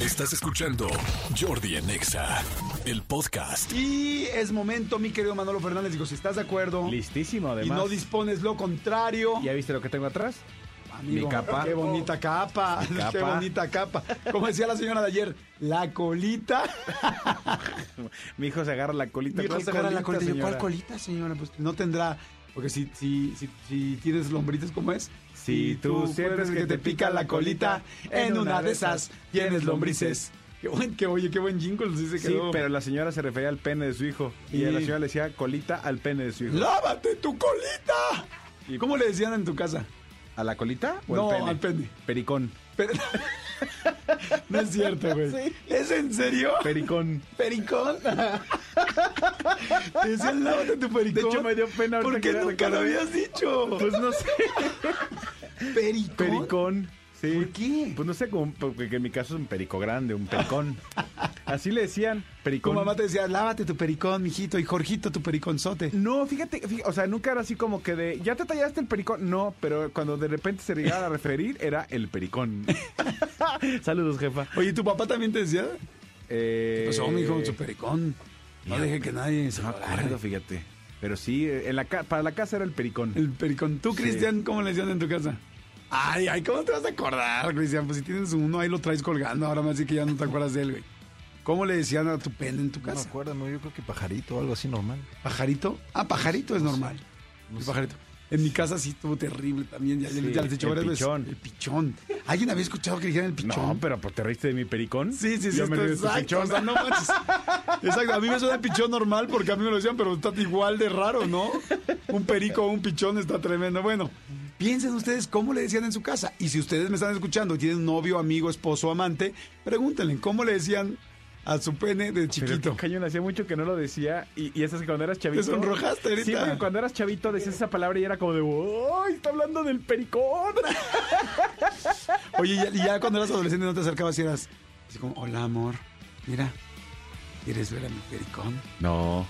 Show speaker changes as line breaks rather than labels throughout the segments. Estás escuchando Jordi en EXA, el podcast.
Y es momento, mi querido Manolo Fernández, digo, si estás de acuerdo
Listísimo,
y no
además.
dispones lo contrario,
¿Ya viste lo que tengo atrás?
amigo,
mi capa.
qué bonita capa,
Mi capa.
qué bonita capa. Como decía la señora de ayer, la colita.
Mi hijo se agarra la colita.
Mi hijo
¿Cuál
se agarra la colita. Yo, ¿Cuál
señora?
colita, señora? Pues no tendrá. Porque si, si, si, si tienes lombrices, ¿cómo es?
Si
Y
tú sientes que te pica la colita,
en una de esas tienes lombrices. Qué buen, que, oye, qué buen jingle, sí se
Sí,
quedó.
pero la señora se refería al pene de su hijo. Y,
Y-
la señora le decía colita al pene de su hijo.
¡Lávate tu colita! ¿Y cómo le decían en tu casa?
¿A la colita o
No,
al pene?
al pene.
Pericón.
Pero- No es cierto, güey. ¿Es en serio?
Pericón.
Pericón. Te decían, lávate tu pericón.
De hecho, me dio pena ahorita
¿Por
que
qué
la
nunca lo
recordé.
habías dicho?
Pues no sé.
pericón.
Pericón. Sí.
¿Por qué?
Pues no sé, como- porque en mi caso es un perico grande, un pericón. Así le decían,
Tu
pericón.
mamá te decía, lávate tu pericón, mijito, y Jorgito tu periconzote.
No, fíjate, fí- o sea, nunca era así como que de, ¿ya te tallaste el pericón? No, pero cuando de repente se llegaba a referir, era el pericón. Saludos, jefa.
Oye, ¿tu papá también te decía?
Eh,
Pues, oh, mijo, tu pericón. No
Mira,
deje que nadie se
No me
lo
acuerdo,
agarre.
fíjate. Pero sí, eh, en la ca- para la casa era el pericón.
El pericón. ¿Tú,
Sí.
Cristian, cómo le decían en tu casa? Ay, ay, ¿cómo te vas a acordar, Cristian? Pues si tienes uno, ahí lo traes colgando. Ahora más sí que ya no te acuerdas de él, güey. ¿Cómo le decían a tu pene en tu
No me
casa?
acuerdo, no, yo creo que pajarito o algo así normal.
¿Pajarito? Ah, pajarito es
No sé,
normal.
no
el
sé.
pajarito. En mi casa sí estuvo terrible también. Ya, ya
Sí,
les he dicho
el
varias veces.
pichón.
El pichón. ¿Alguien había escuchado que le dijeran el pichón?
No, pero pues, te reíste de mi pericón.
Sí, sí, sí,
Yo me
esto-
río de tu
exacto,
pichón.
o sea, no manches. Exacto, a mí me suena pichón normal porque a mí me lo decían, pero está igual de raro, ¿no? Un perico o un pichón está tremendo. Bueno, piensen ustedes cómo le decían en su casa. Y si ustedes me están escuchando y tienen novio, amigo, esposo, amante, pregúntenle cómo le decían a su pene de
Pero
chiquito.
qué cañón, hacía mucho que no lo decía. Y, y esas que cuando eras chavito.
Te sonrojaste ahorita.
Sí, porque cuando eras chavito decías esa palabra y era como de, ¡Uy! Está hablando del pericón.
Oye, ya, ya cuando eras adolescente no te acercabas y eras así como, hola amor, mira, ¿quieres ver a mi pericón?
Ah, No.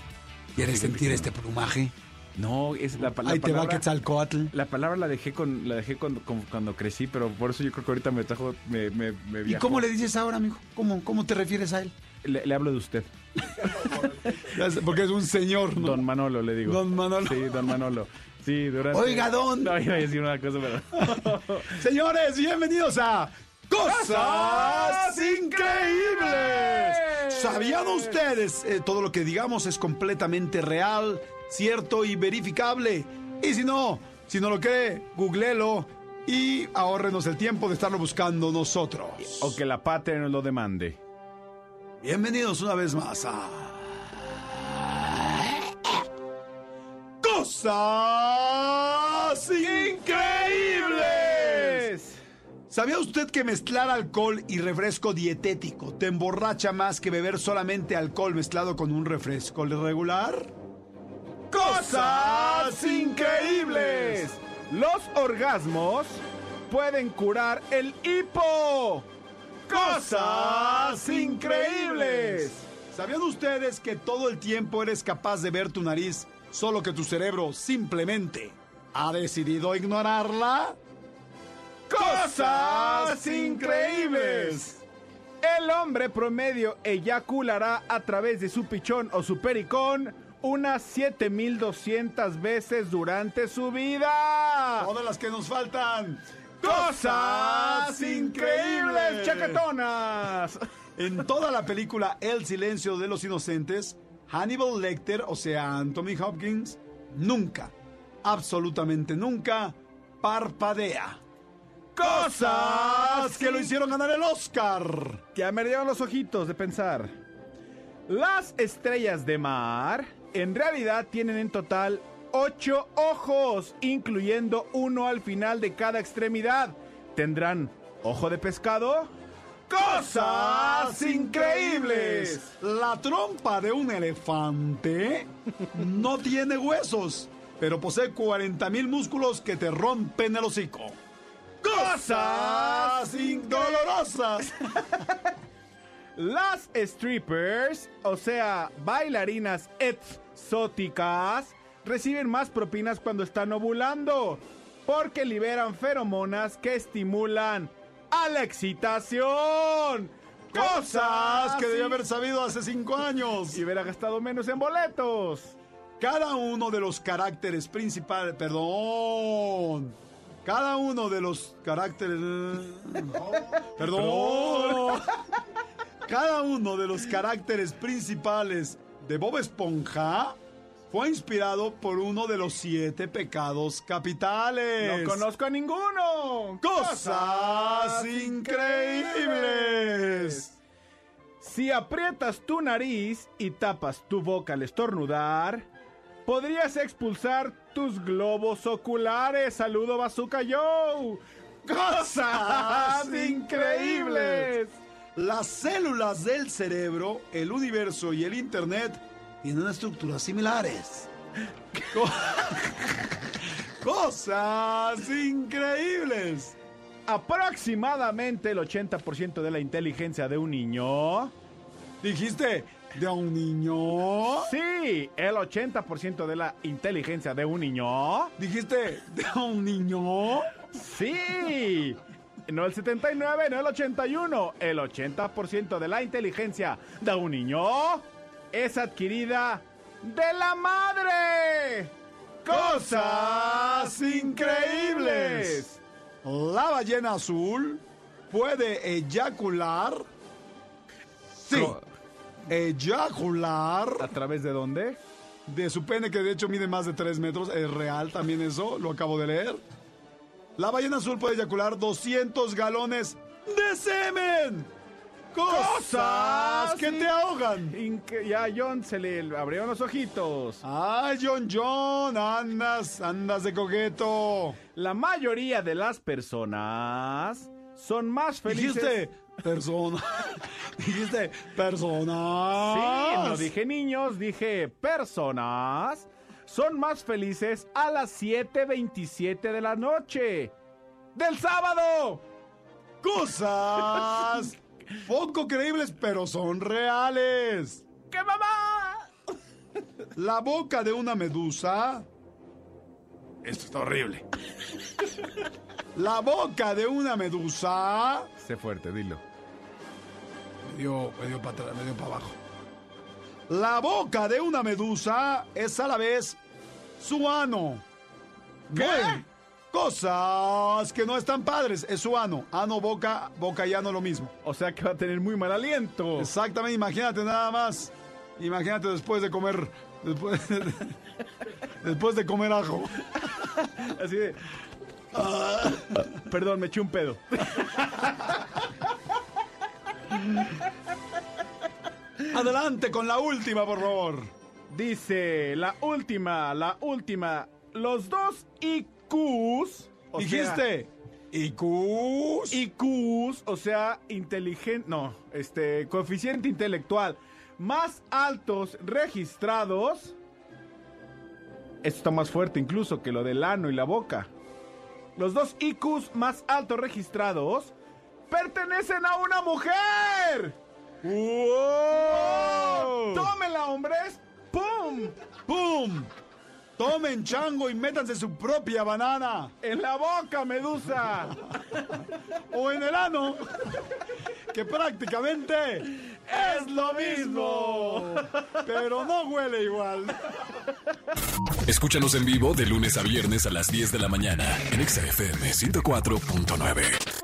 ¿Quieres sentir este plumaje?
No, es la, pa- la
Ahí te va
palabra.
Quetzalcoatl.
la palabra la dejé con la dejé cuando, con- cuando crecí, pero por eso yo creo que ahorita me trajo me me, me
¿Y
viajó.
cómo le dices ahora, mijo? ¿Cómo, cómo te refieres a él?
Le- le hablo de usted?
Porque es un señor, ¿no?
Don Manolo le digo.
Don Manolo.
Sí, Don Manolo. Sí, durante
Oiga, don.
No, iba a decir una cosa, pero
Señores, bienvenidos a Cosas Increíbles. ¿Sabían ustedes? eh, todo lo que digamos es completamente real, cierto y verificable. Y si no, si no lo cree, googlelo y ahórrenos el tiempo de estarlo buscando nosotros.
o que la patria nos lo demande.
Bienvenidos una vez más a. ¡Cosas increíbles! ¿Sabía usted que mezclar alcohol y refresco dietético te emborracha más que beber solamente alcohol mezclado con un refresco regular?
Cosas increíbles. Los orgasmos pueden curar el hipo. Cosas increíbles.
¿Sabían ustedes que todo el tiempo eres capaz de ver tu nariz, solo que tu cerebro simplemente ha decidido ignorarla?
Cosas increíbles. El hombre promedio eyaculará a través de su pichón o su pericón unas 7200 veces durante su vida.
Todas las que nos faltan.
Cosas increíbles, chaquetonas.
En toda la película El silencio de los inocentes, Hannibal Lecter, o sea, Anthony Hopkins, nunca, absolutamente nunca, parpadea. Cosas que lo hicieron ganar el Oscar.
Que me ardieron los ojitos de pensar. Las estrellas de mar en realidad tienen en total ocho ojos, incluyendo uno al final de cada extremidad. ¿Tendrán ojo de pescado? ¡Cosas increíbles!
La trompa de un elefante no tiene huesos, pero posee 40.000 músculos que te rompen el hocico. Cosas indolorosas.
Las strippers, o sea, bailarinas exóticas, reciben más propinas cuando están ovulando, porque liberan feromonas que estimulan a la excitación.
Cosas que debía haber sabido hace cinco años.
Y hubiera gastado menos en boletos.
Cada uno de los caracteres principales, perdón. Cada uno de los caracteres... Perdón. Cada uno de los caracteres principales de Bob Esponja fue inspirado por uno de los siete pecados capitales.
No conozco a ninguno.
Cosas increíbles.
Si aprietas tu nariz y tapas tu boca al estornudar, podrías expulsar tus globos oculares. Saludo Bazooka Joe.
Ah,
Cosas increíbles.
Las células del cerebro, el universo y el internet tienen estructuras similares. Co- Cosas increíbles.
Aproximadamente el 80% de la inteligencia de un niño.
Dijiste de un niño.
Sí, el 80% de la inteligencia de un niño.
Dijiste de un niño.
Sí. No el 79, no el 81. El 80% de la inteligencia de un niño es adquirida de la madre.
Cosas increíbles. La ballena azul puede eyacular. Sí.
Co- ¿A
Eyacular
través de dónde?
de su pene, que de hecho mide más de 3 metros. Es real también eso, lo acabo de leer. La ballena azul puede eyacular 200 galones de semen. Cosas
Cosas
que
in-
te ahogan.
Inque- ya a John se le abrieron los ojitos.
Ay, John John, andas, andas de coqueto.
La mayoría de las personas son más felices.
Dijiste persona. Dijiste personas.
Sí, no dije niños, dije personas. Son más felices a las 7.27 de la noche. ¡Del sábado!
Cosas poco creíbles, pero son reales.
¡Que mamá!
La boca de una medusa. Esto está horrible. La boca de una medusa.
Sé fuerte, dilo.
Me dio, me dio para atrás, me dio para abajo. La boca de una medusa es a la vez su ano. ¿Qué? Cosas que no están padres. Es su ano. Ano, boca, boca y ano lo mismo.
O sea que va a tener muy mal aliento.
Exactamente, imagínate nada más. Imagínate después de comer. Después de, después de comer ajo.
Así de. Ah. Perdón, me eché un pedo.
Adelante con la última, por favor.
Dice la última, la última. Los dos IQs. o sea,
Dijiste. IQs.
IQs, o sea, inteligente, no, este, coeficiente intelectual más altos registrados. Esto está más fuerte incluso que lo del ano y la boca. Los dos IQs más altos registrados pertenecen a una mujer.
¡Wow!
¡Tómela, hombres! ¡Pum!
¡Pum! Tomen chango y métanse su propia banana.
En la boca, medusa.
O en el ano. Que prácticamente es lo mismo. Pero no huele igual.
Escúchanos en vivo de lunes a viernes a las 10 de la mañana en Exa FM 104.9.